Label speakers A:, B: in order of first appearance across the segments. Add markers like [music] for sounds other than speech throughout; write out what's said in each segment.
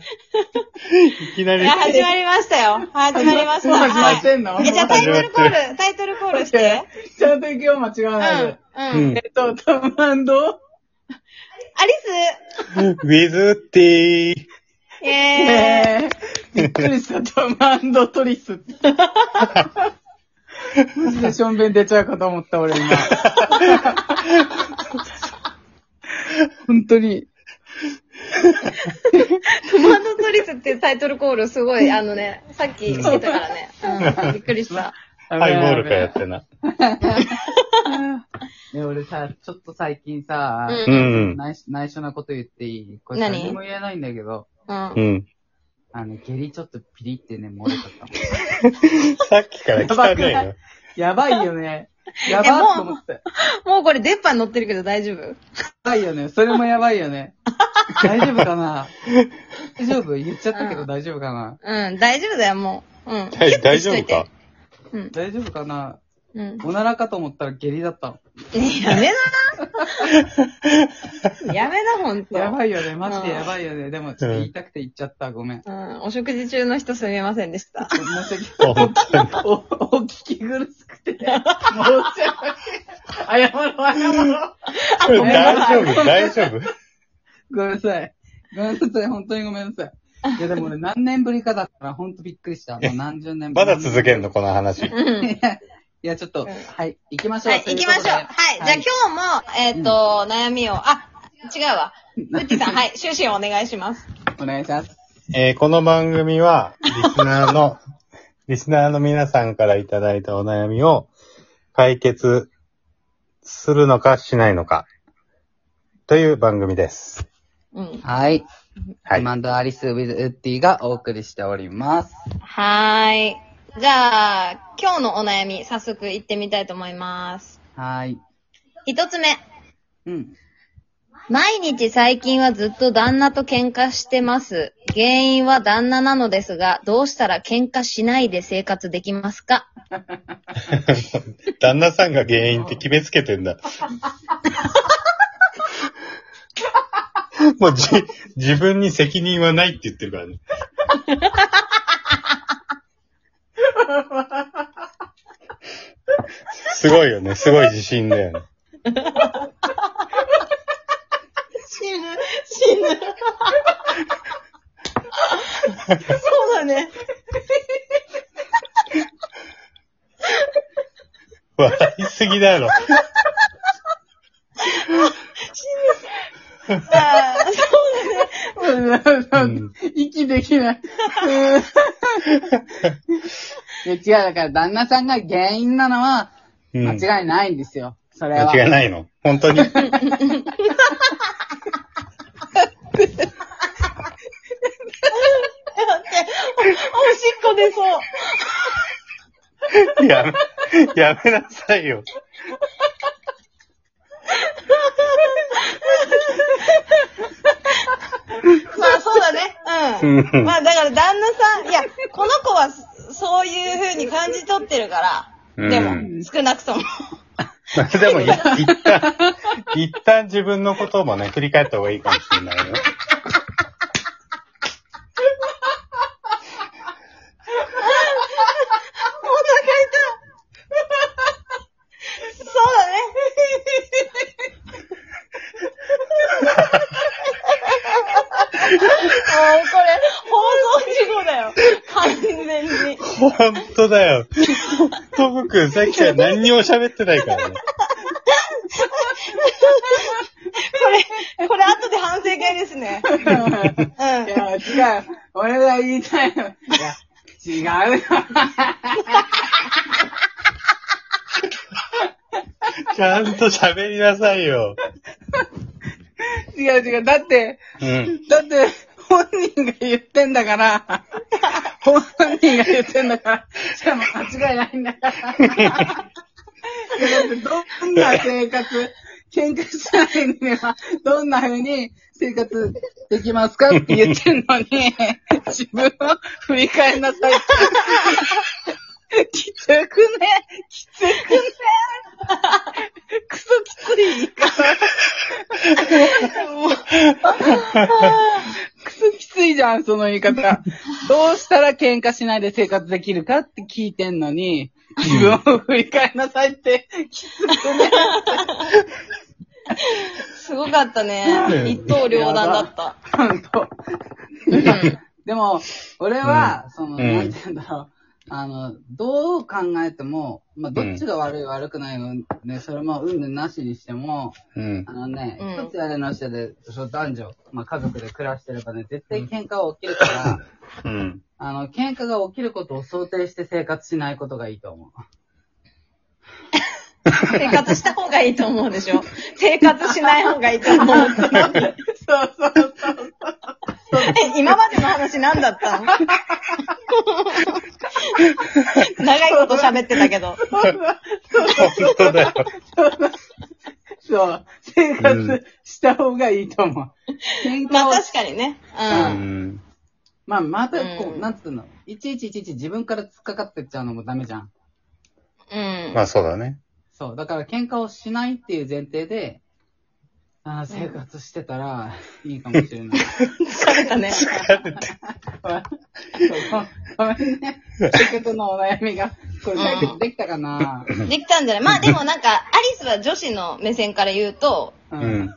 A: いきないり
B: や、。始まりましたよ。始まりました。
C: もう [laughs] 始まってんの、
B: はいえ、じゃあタイトルコール、タイトルコールして。
C: ちゃんと行くよ、間違
B: う
C: わ
B: ん。
C: ないで。
A: う
B: うん。
A: ん
C: え。っと、トムアンド、
B: アリ
A: with tea.
B: スイェーイ
C: えー、びっくりした、トムアンドトリス。マジでしょんべん出ちゃうかと思った、俺今。本当に。
B: トマトトリスっていうタイトルコールすごい、あのね、さっきしてたからね。うん。びっくりした。
A: ハイボールかやってな。
C: ね、俺さ、ちょっと最近さ、
B: う
A: うん。
C: 内緒内緒なこと言っていいこれ
B: 何
C: 何も言えないんだけど、
B: うん
A: う。ん。
C: あの、下痢ちょっとピリってね、漏れちゃったもん。
A: さっきから来たねよ。
C: やば [laughs] いよね。やばっと思って。や
B: もうこれ電波に乗ってるけど大丈夫
C: ばいよね。それもやばいよね。大丈夫かな大丈夫言っちゃったけど大丈夫かな
B: うん、大丈夫だよ、もう。うん。
A: 大大丈夫か
B: うん。
C: 大丈夫かな
B: うん。
C: おならかと思ったら下痢だった
B: ねや
A: [laughs]
B: めなやめな、ほんと。
C: の。やばいよね。マジでやばいよね。でも、ちょっと言いたくて言っちゃった。ごめん。
B: うん、お食事中の人すみませんでした。
C: 申し
A: あ本当に。
C: 訳お、お聞き苦しくて。申し訳ない。謝ろう、謝ろう。
B: あ、
A: 大
B: ごめんなさ
A: 丈
B: い。
A: 夫、大丈夫。
C: ごめんなさい。ごめんなさい。本当にごめんなさい。いや、でも俺何年ぶりかだったから、本当びっくりした。もう何十年ぶ
A: ま
C: り。
A: だ続けんのこの話。
B: うん
C: [laughs] いやいや、ちょっと、
B: うん
C: はい、行きましょう。
B: はい、行きましょう。はい。じゃあ今日も、えっ、と、悩みを、あ、違う [laughs] わ。
C: 今
B: ブッティさん、はい、終始お願いします。
C: お願いします。
A: えーこの番組は、リスナーの、リスナーの皆さんからいただいたお悩みを解決するのかしないのか、という番組です。
B: うん。
C: はい。
A: はい
C: コマンドアリス・ウィズ・ウッディがお送りしております。
B: はーい。じゃあ、今日のお悩み、早速行ってみたいと思います。
C: はい。
B: 一つ目。
C: うん。
B: 毎日最近はずっと旦那と喧嘩してます。原因は旦那なのですが、どうしたら喧嘩しないで生活できますか
A: 旦那さんが原因って決めつけてんだ。もうじ、自分に責任はないって言ってるからね。すごいよね。すごい自信だよね。
B: 死ぬ、死ぬ。そうだね。
A: 笑いすぎだろ。
B: ああ、 [laughs] そうだね。
A: ん
C: 息できない。いや、違う、だから旦那さんが原因なのは
A: うん
C: 間違いないんですよ。それは。
A: 間違いないの本当に。
B: おしっこ出そう。
A: やめ、やめなさいよ。
B: まあそうだね。
A: う
B: うんん。まあだから旦那さん、いや、この子はそそういう風に感じ取ってるから。でも、
A: うん
B: 少なくとも。
A: でも、い一旦、一旦自分のこともね、振り返った方がいいかもしれないよ。
B: お腹痛い。そうだね。もうこれ、放送事故だよ。完全に。
A: 本当だよ。トム君、さっきから何にも喋ってないからね。
B: これ、これ後で反省会ですね。
C: い
B: うん。
C: や、違う。俺が言いたいの。いや、違うよ。
A: ちゃんと喋りなさいよ。
C: 違う違う。だって、
A: うん。
C: だって、本人が言ってんだから、本人が言ってんだから、じゃあもう間違いないんだから。いやだってどんな生活、喧嘩したないには、どんな風に生活できますかって言ってんのに、自分を振り返んなさいって。きつくね、きつくね。クソきつい言い方。クじゃん、その言
B: [laughs]
C: い方。どうしたら喧嘩しないで生活できるかって聞いてんのに、自分を振り返りなさいって、きつくね。
B: すごかったね。一刀両断だった。
C: 本当でも、俺は、その、
A: うん
C: なんて言うんだろう。あの、どう考えても、まあ、どっちが悪い悪くないのね、それも、うんぬんなしにしても、
A: うん
C: あ。のね、
B: うん
C: 一つ屋根の下で、そう男女、まあ、家族で暮らしてればね、絶対喧嘩は起きるから、
A: うん。
C: あの、喧嘩が起きることを想定して生活しないことがいいと思う。
B: 生活した方がいいと思うでしょ。生活しない方がいいと思うって何。
C: そうそうそう。
B: え、今までの話何だったの長いこと喋ってたけど。
A: 本当だよ。
C: そう。生活した方がいいと思う。喧嘩
B: ま
C: を
B: あ確かにね。
A: う
B: うん。
A: ん。
C: まあ、また、こう、
B: うん
C: なんつうの、いちいちいちいち自分から突っかかってっちゃうのもダメじゃん。
B: うん。
A: まあそうだね。
C: そう。だから喧嘩をしないっていう前提で、あー生活してたら、いいかもしれない。
B: 疲れたね。
C: そうごめんね。仕事のお悩みが、これ解決できたかな
B: できたんじゃないまあでもなんか、アリスは女子の目線から言うと、
C: う
A: う。ん。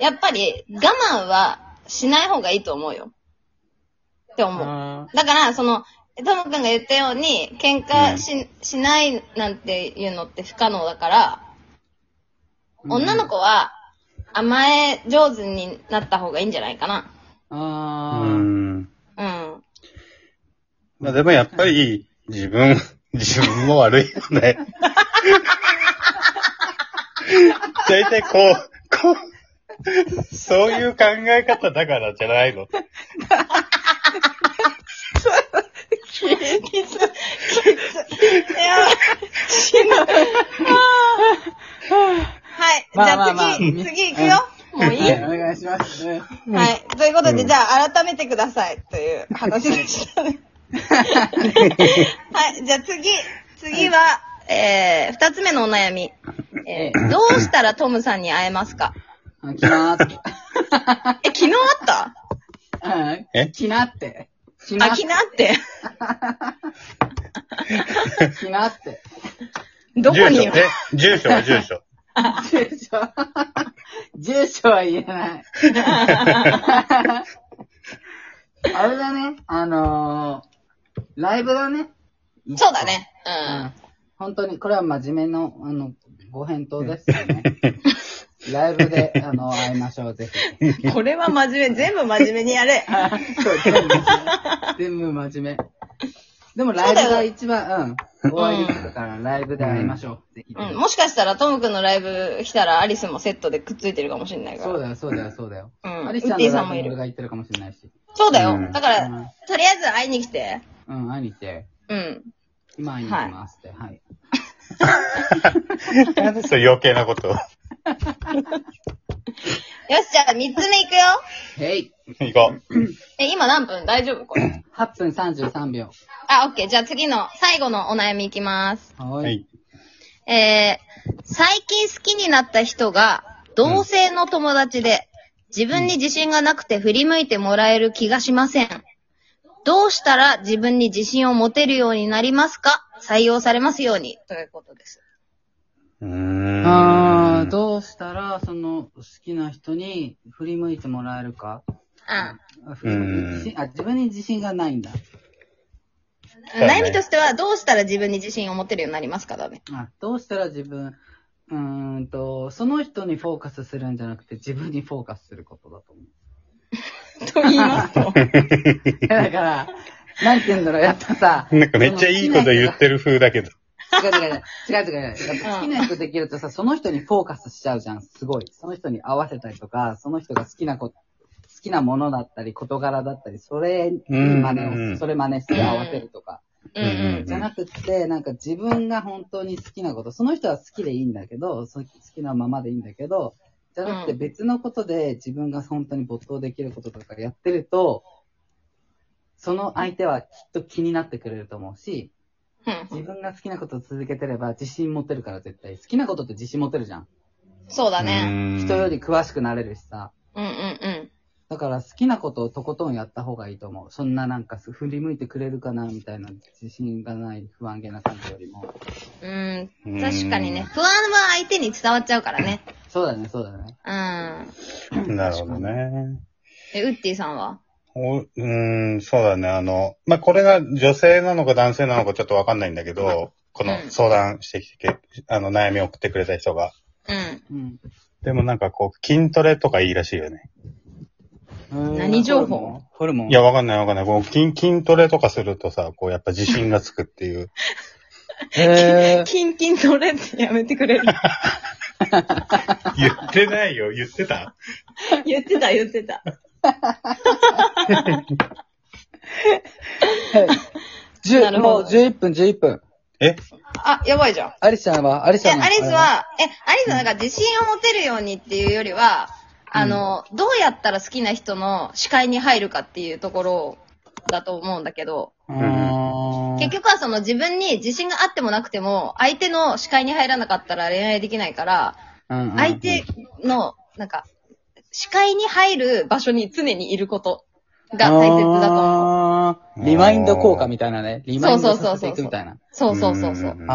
B: やっぱり我慢はしない方がいいと思うよ。って思う。
C: あ
B: だから、その、ともくんが言ったように、喧嘩し,、しないなんていうのって不可能だから、
C: うん
B: 女の子は甘え上手になった方がいいんじゃないかな。
C: ー
A: う
C: あー。
A: ん。
C: [laughs]
B: うん。
A: まあでもやっぱり、自分、自分も悪いよね。大体こう、こう、そういう考え方だからじゃないの。
B: きつ、きつ。いや、死
C: [laughs]
B: ぬ。あーはい。じ
C: まあ
B: ゃ
C: まあ
B: あ
C: まあ
B: 次、次行くよ。もういい
C: はいお願いします。うん
B: はい。ということで、
A: うん
B: じゃあ改めてくださいという話でしたね。はい。じゃあ次、次は、えー、二つ目のお悩み。えー、どうしたらトムさんに会えますか
C: あきなーって。
B: え、昨日あった
C: うん
A: え
C: きなって。き
B: あ、
C: なっ
B: 昨
C: て
B: 日あって。
C: きなって。
B: どこ
A: 住
B: に
A: 所、え、住所は住所。
C: 住所。住所は言えない。あれだね、あのー、ライブだね。
B: そうだね。
C: うん。本当に、これは真面目の、あの、ご返答ですよね。ライブで、あの、会いまし
B: [laughs]
C: ょう、ぜひ。
B: うん。これは真面目、全部真面目にやれ。
C: そう全部真面目全部真面目。でもライブが一番、うん、お会いできたから、ライブで会いましょう、ぜひ。
B: うん。もしかしたらトムくんのライブ来たらアリスもセットでくっついてるかもしれないから。
C: そうだよ、そうだよ、そうだよ。
B: うん
C: アリスちゃん
B: ウッディ
C: のラ
B: さ
C: イ
B: んもい
C: ブに
B: る
C: 俺が行ってるかもしれないし。
B: そうだ
A: うん
B: よ。だから、
C: うん
B: とりあえず会いに来て。
C: うん、会いに行って。
B: うん。
C: 今会いに行きますって、はい。
A: なんでそう余計なことを。
B: よし、じゃあ3つ目いくよ。
C: へい。
A: 行こう。
B: え、今何分大丈夫こ [clears throat] れ。
C: 8分33秒。
B: あ、オッケー。じゃあ次の最後のお悩みいきます。
C: は
A: は
C: ーい。
A: い。
B: えー、最近好きになった人が同性の友達で、自分に自信がなくて振り向いてもらえる気がしません。どうしたら自分に自信を持てるようになりますか採用されますように。ということです。
A: うーん。
C: あー、どうしたら、その、好きな人に振り向いてもらえるか
B: あ
C: あ振り向
A: うん
C: く自信あ、自分に自信がないんだ。
A: だね
B: 悩みとしては、どうしたら自分に自信を持てるようになりますかだ [laughs] ね。
C: あ、どうしたら自分、うーんと、その人にフォーカスするんじゃなくて、自分にフォーカスすることだと思う。 [laughs]
B: と言いますと。
C: だから、なんて言うんだろう、やっぱさ。
A: なんかめっちゃいいこと言ってる風だけど。
C: 違う違う違う。違う違う違う。やっぱ好きな人できるとさ、その人にフォーカスしちゃうじゃん。すごい。その人に合わせたりとか、その人が好きなこと、好きなものだったり、事柄だったり、それに
A: うんうん
C: 真
A: う
C: 似
A: ん
C: を、それ真似して合わせるとか。
B: うんうん。
C: じゃなくって、なんか自分が本当に好きなこと、その人は好きでいいんだけど、そ好きなままでいいんだけど、じゃなくて
B: うん
C: 別のことで自分が本当に没頭できることとかやってると、その相手はきっと気になってくれると思うし、
B: うん
C: 自分が好きなことを続けてれば自信持てるから絶対。好きなことって自信持てるじゃん。
B: そうだね。
A: ね
C: 人より。詳しくなれるしさ。
B: うんうんうん。
C: だから好きなことをとことんやった方がいいと思う。そんななんか振り向いてくれるかなみたいな自信がない不安げな感じよりも。
B: うん
A: う。ん
B: 確かにね。不安は相手に伝わっちゃうからね。
C: そうだね、そうだね。
B: うん。
A: なるほどね。
B: え、ウッディさんは
A: おうーん、そうだね。あの、まあ、これが女性なのか男性なのかちょっとわかんないんだけど、この相談してきて、あの、悩みを送ってくれた人が。
B: う
C: うん。
A: でもなんかこう、筋トレとかいいらしいよね。
C: うん
B: 何情報
C: ホルモン
A: いや、わかんないわかんない。こう筋、筋トレとかするとさ、こう、やっぱ自信がつくって
B: [laughs]
A: いう。
C: へ [laughs]
B: ん。キンキン取れってやめてくれ [laughs] る。
A: 言ってないよ。言ってた
B: 言ってた、言ってた。
C: ー十
B: なるほ
C: も
B: ど
C: う11分、11分。
A: え
B: あ、やばいじゃん。
C: アリスちゃんは、アリス
B: で、
C: ちゃんの
B: アリス、は、え、アリスはなんか自信を持てるようにっていうよりは、あの、どうやったら好きな人の視界に入るかっていうところだと思うんだけど、
C: あれは
B: 結局はその自分に自信があってもなくても、相手の視界に入らなかったら恋愛できないから、
C: うんうんうん
B: 相手の、なんか、視界に入る場所に常にいることが大切だと思う。
C: あーリマインド効果みたいなね。リマインドさせていくみたいな。
B: そうそうそうそう。
A: ん
C: あ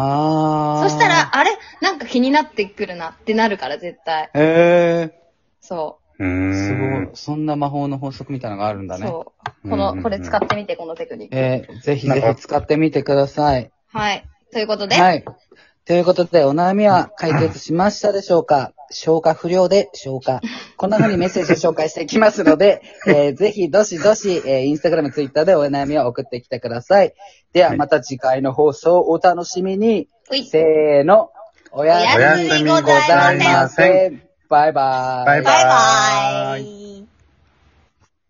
B: そ
C: あ。
B: した、ら、あれなんか気になってくるなってなるから、絶対。
C: へ
B: そう。
A: う
C: え、
A: ー
C: すごい
A: ん。。
C: そんな魔法の法則みたいなのがあるんだね。
B: そう。
A: うんう
B: こ
A: んう
B: の、
A: ん
B: これ使ってみて、このテクニック。
C: えーぜひぜひ使ってみてください。
B: はい。ということで、
C: はい。ということで、お悩みは解決しましたでしょうか消化不良でしょうかこんな風にメッセージを紹介していきますの [laughs] で、えーぜひ、どしどし、えーインスタグラム、ツイッターでお悩みを送ってきてください。では、また次回の放送をお楽しみに。
B: うい
C: せーの。おや
B: お
C: すみ
B: やすみございません
C: バイバイ。
A: バイ
B: バイバイ。